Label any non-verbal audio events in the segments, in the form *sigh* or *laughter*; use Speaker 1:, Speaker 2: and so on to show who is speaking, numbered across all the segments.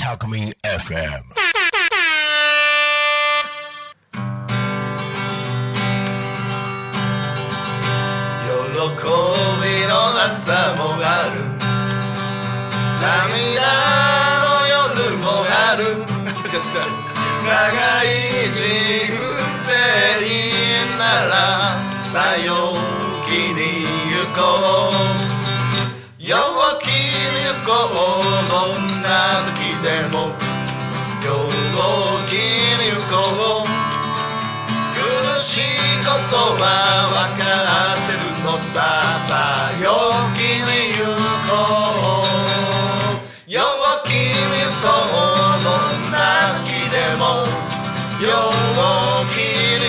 Speaker 1: タクミン FM
Speaker 2: 喜びの朝もある涙の夜もある長い人生ならさようきに行こう陽気に行こうどんな時でも陽気に行こう苦しいことは分かってるのささあ陽気に行こう陽気に行こうどんな時でも陽気に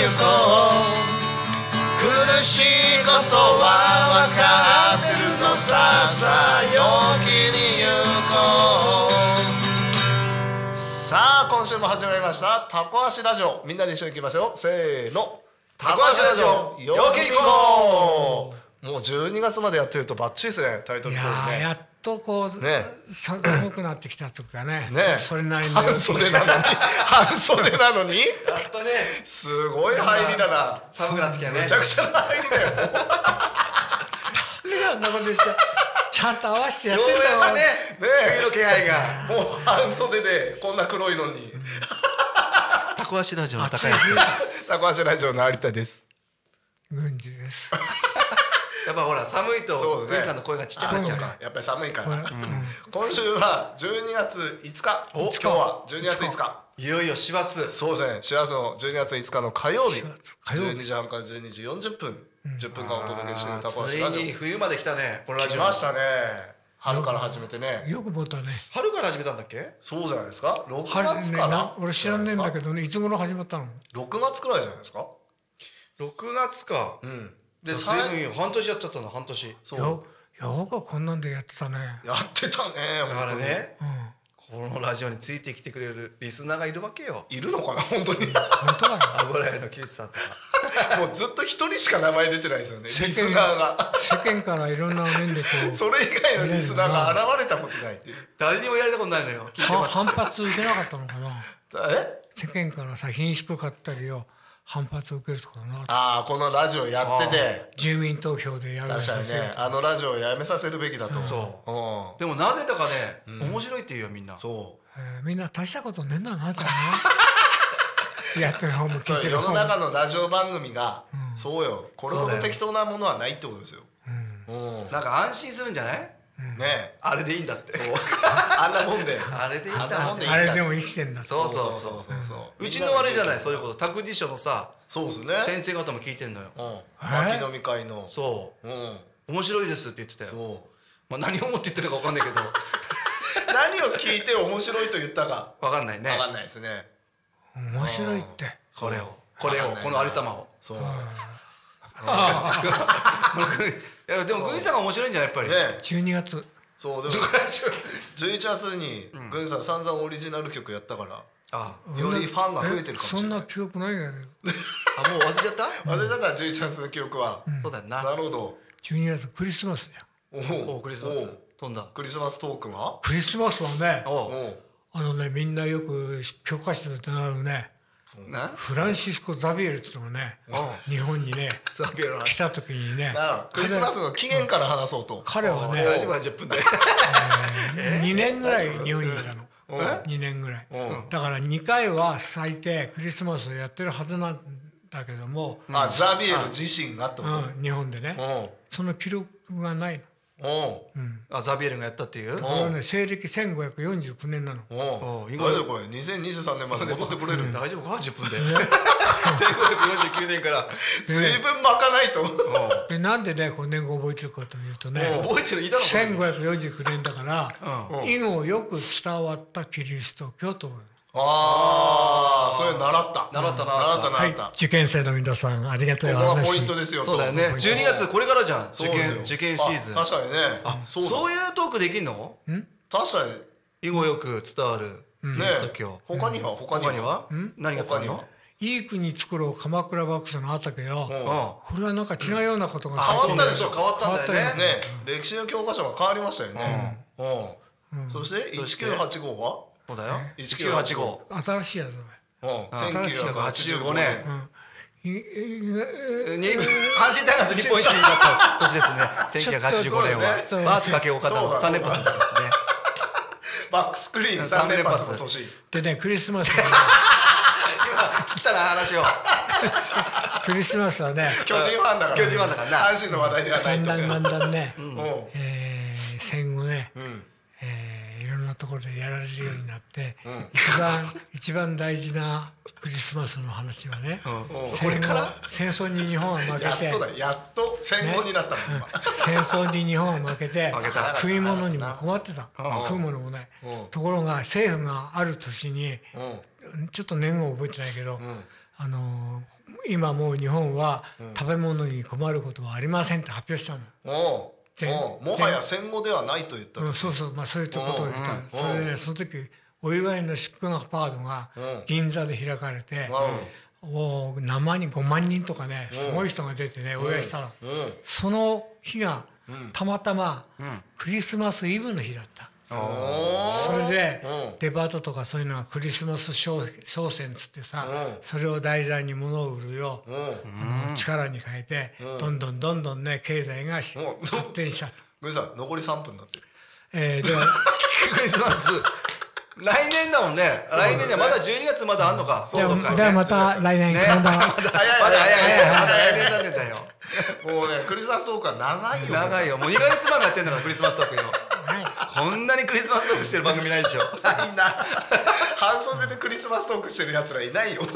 Speaker 2: 行こう苦しいことは分かってるのささあ陽気に行こうさあ今週も始まりましたタコ足ラジオみんなで一緒に行きましょうせーのタコ足ラジオよきに行こうもう12月までやってるとバッチリですねタイト
Speaker 3: い
Speaker 2: ル
Speaker 3: や
Speaker 2: 通
Speaker 3: ー
Speaker 2: り
Speaker 3: や
Speaker 2: ね
Speaker 3: っとこう、
Speaker 2: ね
Speaker 3: さ寒くなってきたとかね
Speaker 2: ね
Speaker 3: それな
Speaker 2: *laughs*
Speaker 3: りの
Speaker 2: 半袖なのに半袖なのに
Speaker 4: やっとね
Speaker 2: すごい入りだな
Speaker 4: 寒くなってきたね
Speaker 2: めちゃくちゃな入りだよ
Speaker 3: そんなこと言っちゃちゃんと合わせてやっ
Speaker 4: よ
Speaker 3: てんだ
Speaker 4: う
Speaker 3: よ
Speaker 4: やくね
Speaker 2: ね
Speaker 4: 冬の気配が
Speaker 2: もう半袖でこんな黒いのに
Speaker 4: タコ足ラジオの
Speaker 3: 暑
Speaker 4: 高
Speaker 3: い
Speaker 4: いや
Speaker 3: です
Speaker 2: タコ足ラジオの有田です
Speaker 3: 軍事です
Speaker 4: っぱほら寒い
Speaker 2: そうです
Speaker 4: と
Speaker 2: ね
Speaker 4: グリさんの声がちっちゃくなっちゃうから
Speaker 2: やっぱり寒いか
Speaker 3: ほら
Speaker 2: ら今週は12月5日今日は12月5日
Speaker 4: いよいよ師走
Speaker 2: そうですね、知らずの12月5日の火曜日、
Speaker 3: 火曜日
Speaker 2: 12時半から12時40分、10分間お届けしているタコ
Speaker 4: つ
Speaker 2: 足ラジ
Speaker 4: いに
Speaker 2: オ。
Speaker 4: 冬まで来たねこのラジ
Speaker 2: 来
Speaker 4: オ
Speaker 2: ましたね。春から始めてね。
Speaker 3: よく持ったね
Speaker 4: 春から始めたんだっけ
Speaker 2: そうじゃないですか。6
Speaker 3: 春
Speaker 2: 月
Speaker 3: ね
Speaker 2: から、
Speaker 3: な俺知らねえんだけどねいつ頃始まったの
Speaker 2: ど。6月くらいじゃないですか。
Speaker 4: 6月か
Speaker 2: うん。で、
Speaker 4: で
Speaker 2: 最
Speaker 4: 随分よ半年やっちゃったの半年
Speaker 2: そう
Speaker 3: よよくこんなんでやってたね
Speaker 2: やってたね。
Speaker 4: だからね
Speaker 3: うん
Speaker 4: このラジオについてきてくれるリスナーがいるわけよ
Speaker 2: 本当に。いるのかな本
Speaker 3: *laughs*
Speaker 2: 当にも
Speaker 3: 本当だよ
Speaker 4: 油屋の木内さんとか
Speaker 2: うずっと一人しか名前出てない
Speaker 3: *laughs*
Speaker 2: ですよね *laughs* リ
Speaker 3: 世間
Speaker 2: スナーが
Speaker 3: 世間からいろんな面でこ
Speaker 2: *laughs* それ以外のリスナーが現れたことないっていう
Speaker 4: 誰にもやれたことないのよ聞いうて
Speaker 3: は
Speaker 4: ます
Speaker 3: 反発受けなかったのかな
Speaker 2: え
Speaker 3: 世間からさ貧しく買ったりよ反発受けるとかなかった
Speaker 2: ああこのラジオやってて
Speaker 3: 住民投票でやるや
Speaker 2: 確
Speaker 3: つ
Speaker 2: か
Speaker 3: で
Speaker 2: に
Speaker 3: すよ
Speaker 2: ねあのラジオをやめさせるべきだと、
Speaker 4: そう
Speaker 2: うん
Speaker 4: でもなぜだかね面白いって言うよみんな
Speaker 2: そ
Speaker 3: えーみんな大したことねえんだな
Speaker 2: *laughs*
Speaker 3: じゃあねやってる方
Speaker 2: う
Speaker 3: も聞いてる
Speaker 2: 世
Speaker 3: 方
Speaker 2: の
Speaker 3: も
Speaker 2: 中のラジオ番組が、そうよこれほ
Speaker 4: そ
Speaker 2: ど
Speaker 4: うだよ
Speaker 2: 適当なものはないってことですよ、うん
Speaker 4: なんか安心するんじゃない
Speaker 2: ねえ
Speaker 4: あれでいいんだって
Speaker 2: あんなもんで
Speaker 4: あれでいいん
Speaker 2: あんなも
Speaker 4: だ
Speaker 2: んでいい
Speaker 3: あれでも生きてんだ
Speaker 4: そうそう
Speaker 2: そ
Speaker 4: そうう
Speaker 2: そうそう
Speaker 4: うちのあれじゃないいそういうこと託児所のさ
Speaker 2: そうですね
Speaker 4: 先生方も聞いてんのよ
Speaker 2: うん
Speaker 3: え
Speaker 2: 巻き飲み会の
Speaker 4: そ
Speaker 2: うん
Speaker 4: う面白いですって言ってたよ、
Speaker 2: そ
Speaker 4: まあ、何を思って言ってるか分かん
Speaker 2: *laughs*
Speaker 4: ないけど
Speaker 2: う何を聞いて面白いと言ったか
Speaker 4: 分かんないね
Speaker 2: 分かんないですね
Speaker 3: 面白いって
Speaker 4: これをこれ
Speaker 2: わかん
Speaker 4: を
Speaker 2: ない
Speaker 4: このありさまを
Speaker 2: そう
Speaker 4: いやでもグイさんが面白いんじゃないやっぱり、
Speaker 2: ねえ
Speaker 3: 12月
Speaker 2: そうでも11月に軍さん散々オリジナル曲やったから
Speaker 4: あ
Speaker 2: よりファンが増えてるかもしれない
Speaker 3: えそんな記憶ないんだけど
Speaker 4: あもう忘れちゃった、
Speaker 2: 私だから11月の記憶は
Speaker 4: そうだよ
Speaker 2: な
Speaker 4: な
Speaker 2: るほど
Speaker 3: 12月クリスマスじゃん
Speaker 2: お
Speaker 4: おうクリスマス飛んだ
Speaker 2: クリスマストークは
Speaker 3: クリスマスはね
Speaker 2: お
Speaker 4: おう
Speaker 3: あのねみんなよく教科書で習うね
Speaker 4: な
Speaker 3: フランシスコ・ザビエルっていうのがね日本にね
Speaker 2: ザビエルの
Speaker 3: 来
Speaker 2: 話
Speaker 3: た時にね
Speaker 2: なあクリスマスの起源から話そうと
Speaker 3: 彼はね
Speaker 2: 大丈夫10分で
Speaker 3: *laughs* 2年ぐらい日本にいたの
Speaker 2: うん
Speaker 3: 2年ぐらい
Speaker 2: うん
Speaker 3: だから2回は最低クリスマスをやってるはずなんだけども、
Speaker 2: あザビエル自身がってこ
Speaker 3: うん、日本でね、
Speaker 2: と
Speaker 3: その記録がない
Speaker 2: うんうん
Speaker 4: あザビエルがやったっていう
Speaker 3: の、これはね西暦1549年なの、
Speaker 2: うんう
Speaker 4: おうん意
Speaker 2: 意
Speaker 4: 外
Speaker 2: 外とこれ2023年まで戻って
Speaker 4: *laughs*
Speaker 2: これるんだ
Speaker 4: 大丈夫か10分で *laughs* 1549年から
Speaker 2: 随分巻かないと *laughs*
Speaker 3: でなんでねこう年号覚えてるかというとね
Speaker 4: 覚えてるいたのかな
Speaker 3: 1549年だから、
Speaker 2: うん
Speaker 3: 以後よく伝わったキリスト教と思う
Speaker 2: ああそれ習った
Speaker 4: 習ったな
Speaker 2: 習った
Speaker 3: は
Speaker 2: 習
Speaker 3: い
Speaker 2: ったこ
Speaker 3: 受験生の皆さんありがたいお
Speaker 2: こが
Speaker 3: 話
Speaker 2: ポイントですよと
Speaker 4: そうだよね12月これからじゃん
Speaker 2: そう
Speaker 4: 受
Speaker 2: です
Speaker 4: 験
Speaker 2: よ
Speaker 4: 受験シーズン
Speaker 2: あ確かにねあ
Speaker 4: そういうトークできんの
Speaker 2: 確かに
Speaker 4: 以後よく伝わるキ
Speaker 2: ね
Speaker 4: リスト教
Speaker 2: 他には他に
Speaker 4: 他
Speaker 2: は
Speaker 4: には何が伝わる
Speaker 2: 他
Speaker 4: の
Speaker 3: いい国作ろう鎌倉幕府のあったけよ、
Speaker 2: うん
Speaker 3: これはなんか違うようなことが
Speaker 2: 変わったでしょ
Speaker 4: 変わったんだよね
Speaker 3: 変わっ
Speaker 2: ね、歴史の教科書が変わりましたよね。うん。そして1985は
Speaker 4: そうだよ
Speaker 3: ね
Speaker 4: 1985も
Speaker 3: 新しいやつだ
Speaker 2: うん、1985
Speaker 4: 1985
Speaker 2: 年
Speaker 4: 年
Speaker 3: お前いいいえ
Speaker 4: に阪神タイガース日本一になった年ですね1985年
Speaker 3: ちょっとそうです
Speaker 4: は
Speaker 3: ね
Speaker 4: バースかけ岡田の3連発だったんですね
Speaker 2: バックスクリーン3連発の年
Speaker 3: でねクリスマス
Speaker 4: 今切ったな話を
Speaker 3: クリスマスはね
Speaker 2: 巨人ファンだから
Speaker 4: 巨人ファンだからな
Speaker 2: 阪神の話題ではな
Speaker 3: だ
Speaker 2: い
Speaker 3: ん
Speaker 2: と
Speaker 3: だんだんだんね、
Speaker 2: も
Speaker 3: えー戦後ね、
Speaker 2: う、うん、
Speaker 3: えーいろんなところでやられるようになって、一番一番大事なクリスマスの話はね、
Speaker 2: うん
Speaker 3: 戦
Speaker 4: これ
Speaker 3: 後
Speaker 4: から
Speaker 3: 戦争に日本は負け
Speaker 2: やってとだやっと戦後になったの、今
Speaker 3: 戦争に日本は負けて
Speaker 4: 負けた
Speaker 3: 食い物にも困ってた食うものもない
Speaker 2: うん
Speaker 3: ところが政府がある年に
Speaker 2: うん
Speaker 3: ちょっと年号覚えてないけど、あの今もう日本は食べ物に困ることはありませんって発表したの。
Speaker 2: もう
Speaker 3: 全
Speaker 2: もうもはや戦後ではないと言ったと
Speaker 3: うん、そうそう、まあ、そういうことを言った、
Speaker 2: うんうん
Speaker 3: それでねその時お祝いの祝賀パードが
Speaker 2: うん
Speaker 3: 銀座で開かれて、お生に5万人とかねすごい人が出てね、お祝いしたの、
Speaker 2: うんうん
Speaker 3: その日がたまたま
Speaker 4: ん
Speaker 3: クリスマスイブの日だった、
Speaker 2: お
Speaker 3: それで
Speaker 2: うん
Speaker 3: デパートとかそういうのはクリスマス商商戦つってさ、
Speaker 2: うん
Speaker 3: それを題材に物を売るよ、
Speaker 2: ーうん
Speaker 3: あの力に変えて、どんどんどんどんね経済がし
Speaker 2: うん
Speaker 3: 発展したと、
Speaker 2: グリさん残り3分だって
Speaker 3: えーでは
Speaker 4: クリスマス来年だもんね来年じゃまだ12月まだあんのか
Speaker 3: で
Speaker 4: 放送会
Speaker 3: では
Speaker 4: ね
Speaker 3: また来年、
Speaker 4: ね
Speaker 3: 今度は
Speaker 4: まだ早いまだ来年なんだよ
Speaker 2: もうねクリスマストークは長いよ
Speaker 4: 長いよもう2ヶ月前もやってんだからクリスマストークよ
Speaker 3: はい
Speaker 4: こんなにクリスマストークしてる番組ないでしょ
Speaker 2: いな半袖でクリスマストークしてるやつらいないよ
Speaker 4: *laughs*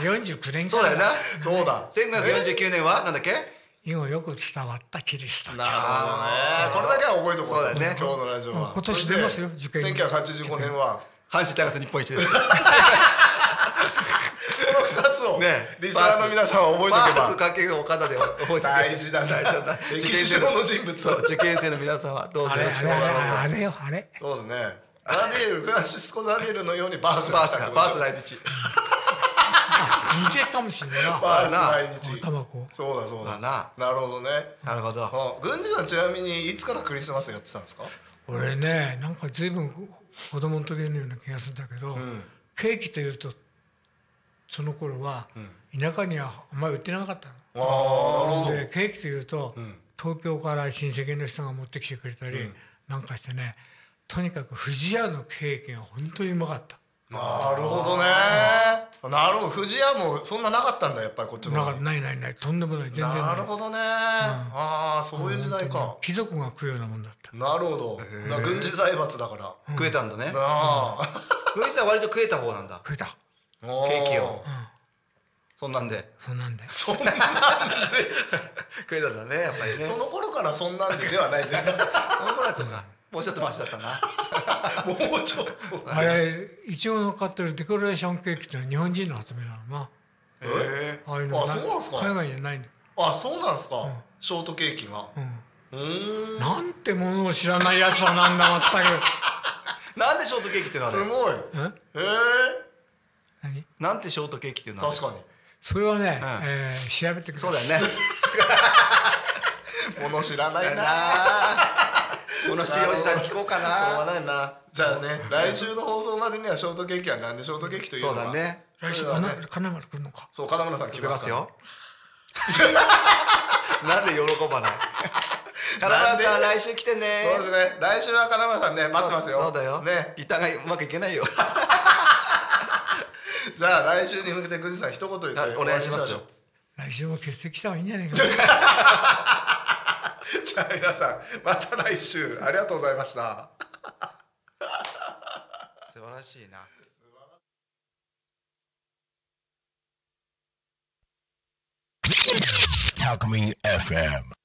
Speaker 3: 1549年か
Speaker 4: そう
Speaker 3: ら
Speaker 4: だよな
Speaker 2: *laughs* そうだ
Speaker 4: 1549年はなんだっけ
Speaker 3: 以後よく伝わったキリスト
Speaker 2: なるほどねこれだけは覚えとこう
Speaker 4: そうだよね
Speaker 2: 今日のラジオは
Speaker 3: あ今年出ますよ
Speaker 2: そし
Speaker 3: 受
Speaker 2: て
Speaker 3: 験
Speaker 2: 1985年は
Speaker 4: 阪神タイガース日本一です
Speaker 2: *laughs* この2つを
Speaker 4: ね
Speaker 2: リスナーの皆さんは覚え
Speaker 4: バ
Speaker 2: と
Speaker 4: ース
Speaker 2: けば
Speaker 4: かける岡田で覚えておけば
Speaker 2: 大事だ大事だ
Speaker 4: *laughs* 受験
Speaker 2: 歴史
Speaker 4: 生
Speaker 2: 上の人物
Speaker 4: そう受験生の皆さんはどうぞ
Speaker 3: あれ
Speaker 4: よ
Speaker 3: あ
Speaker 4: ろしくお
Speaker 3: れ
Speaker 4: 願いし
Speaker 3: あ
Speaker 4: ま
Speaker 3: れあれよあれ
Speaker 2: そうですねザビエルフランシスコ・ザビエルのようにバース
Speaker 4: すバースがバース来日
Speaker 3: あ似てるかもしれないな
Speaker 2: バース来日
Speaker 3: 頭こう
Speaker 2: そうだそうだ
Speaker 4: だ
Speaker 2: なるほどね
Speaker 4: なるほど
Speaker 2: あ郡司さんちなみにいつからクリスマスやってたんですか
Speaker 3: 俺ねなんか随分子供の時のような気がするんだけど、ケーキというとその頃は田舎にはあんまり売ってなかったの。
Speaker 2: ああ
Speaker 3: でケーキというと、東京から親戚の人が持ってきてくれたり、なんかしてねとにかく藤屋のケーキが本当にうまかった
Speaker 2: なるほどねなるほど藤屋もそんななかったんだやっぱりこっちの
Speaker 3: な
Speaker 2: 方
Speaker 3: んかないないないとんでもない全然ない
Speaker 2: なるほどね、ああそういう時代か、
Speaker 3: 貴族が食うようなもんだった
Speaker 2: なるほどな軍事財閥だから、
Speaker 4: 食えたんだね
Speaker 2: なあ、
Speaker 4: グリさん割と食えた方なんだ
Speaker 3: 食えた
Speaker 2: お
Speaker 4: ケーキをそんなんで
Speaker 3: そうなんだよ
Speaker 2: そんな
Speaker 4: 食えたんだねやっぱりね
Speaker 2: その頃からそんなんではないんだよ
Speaker 4: その頃はそうかもうちょっとマシだったな
Speaker 2: もうちょっと
Speaker 3: あれイチゴの買ってるデコレーションケーキってのは日本人の発明なのな
Speaker 2: え
Speaker 3: ああいうの
Speaker 2: あそうなんすか
Speaker 3: 海外にはないんだよ、
Speaker 2: あそうなんですか、ショートケーキが
Speaker 3: うん
Speaker 2: うーん
Speaker 3: なんてものを知らないやつだなんだまった
Speaker 4: なんでショートケーキってのあ
Speaker 2: す
Speaker 4: れ
Speaker 2: ごい
Speaker 3: くん
Speaker 2: *laughs* ええ
Speaker 3: 何
Speaker 4: なんてショートケーキっていうのは
Speaker 2: 確か
Speaker 3: それはね、
Speaker 4: うん
Speaker 3: えー調べてくださ
Speaker 4: そ
Speaker 3: いう
Speaker 4: だよね
Speaker 2: にもの知らない *laughs* な
Speaker 4: なこのしおじさんに聞こうか
Speaker 2: しょう
Speaker 4: な
Speaker 2: がないなじゃあね来週の放送までにはショートケーキはなんでショートケーキという
Speaker 4: そ
Speaker 2: の
Speaker 4: う
Speaker 2: か
Speaker 4: だね
Speaker 3: 来週
Speaker 2: それはね
Speaker 3: 金金丸来るのか
Speaker 2: そう金村さん
Speaker 4: 聞
Speaker 2: 来
Speaker 4: け
Speaker 2: ま
Speaker 4: ます
Speaker 2: か
Speaker 4: す
Speaker 2: ら
Speaker 4: よ *laughs* なんで喜
Speaker 2: *laughs*
Speaker 4: ばない金村さん来週来てね
Speaker 2: そうですね来週は金村さんね待ってますよ
Speaker 4: そうだよ
Speaker 2: ね
Speaker 4: 板がうまくいけな
Speaker 2: *laughs*
Speaker 4: いよ
Speaker 2: じゃあ来週に向けて郡司さん一言言って
Speaker 4: はいお願いします
Speaker 2: 終
Speaker 4: よ
Speaker 2: わ
Speaker 3: 来週も欠席した方がいいんじゃないかな
Speaker 2: りにしましょうじゃあ皆さんまた来週ありがとうございました
Speaker 4: 素晴らしいな
Speaker 1: タクミ FM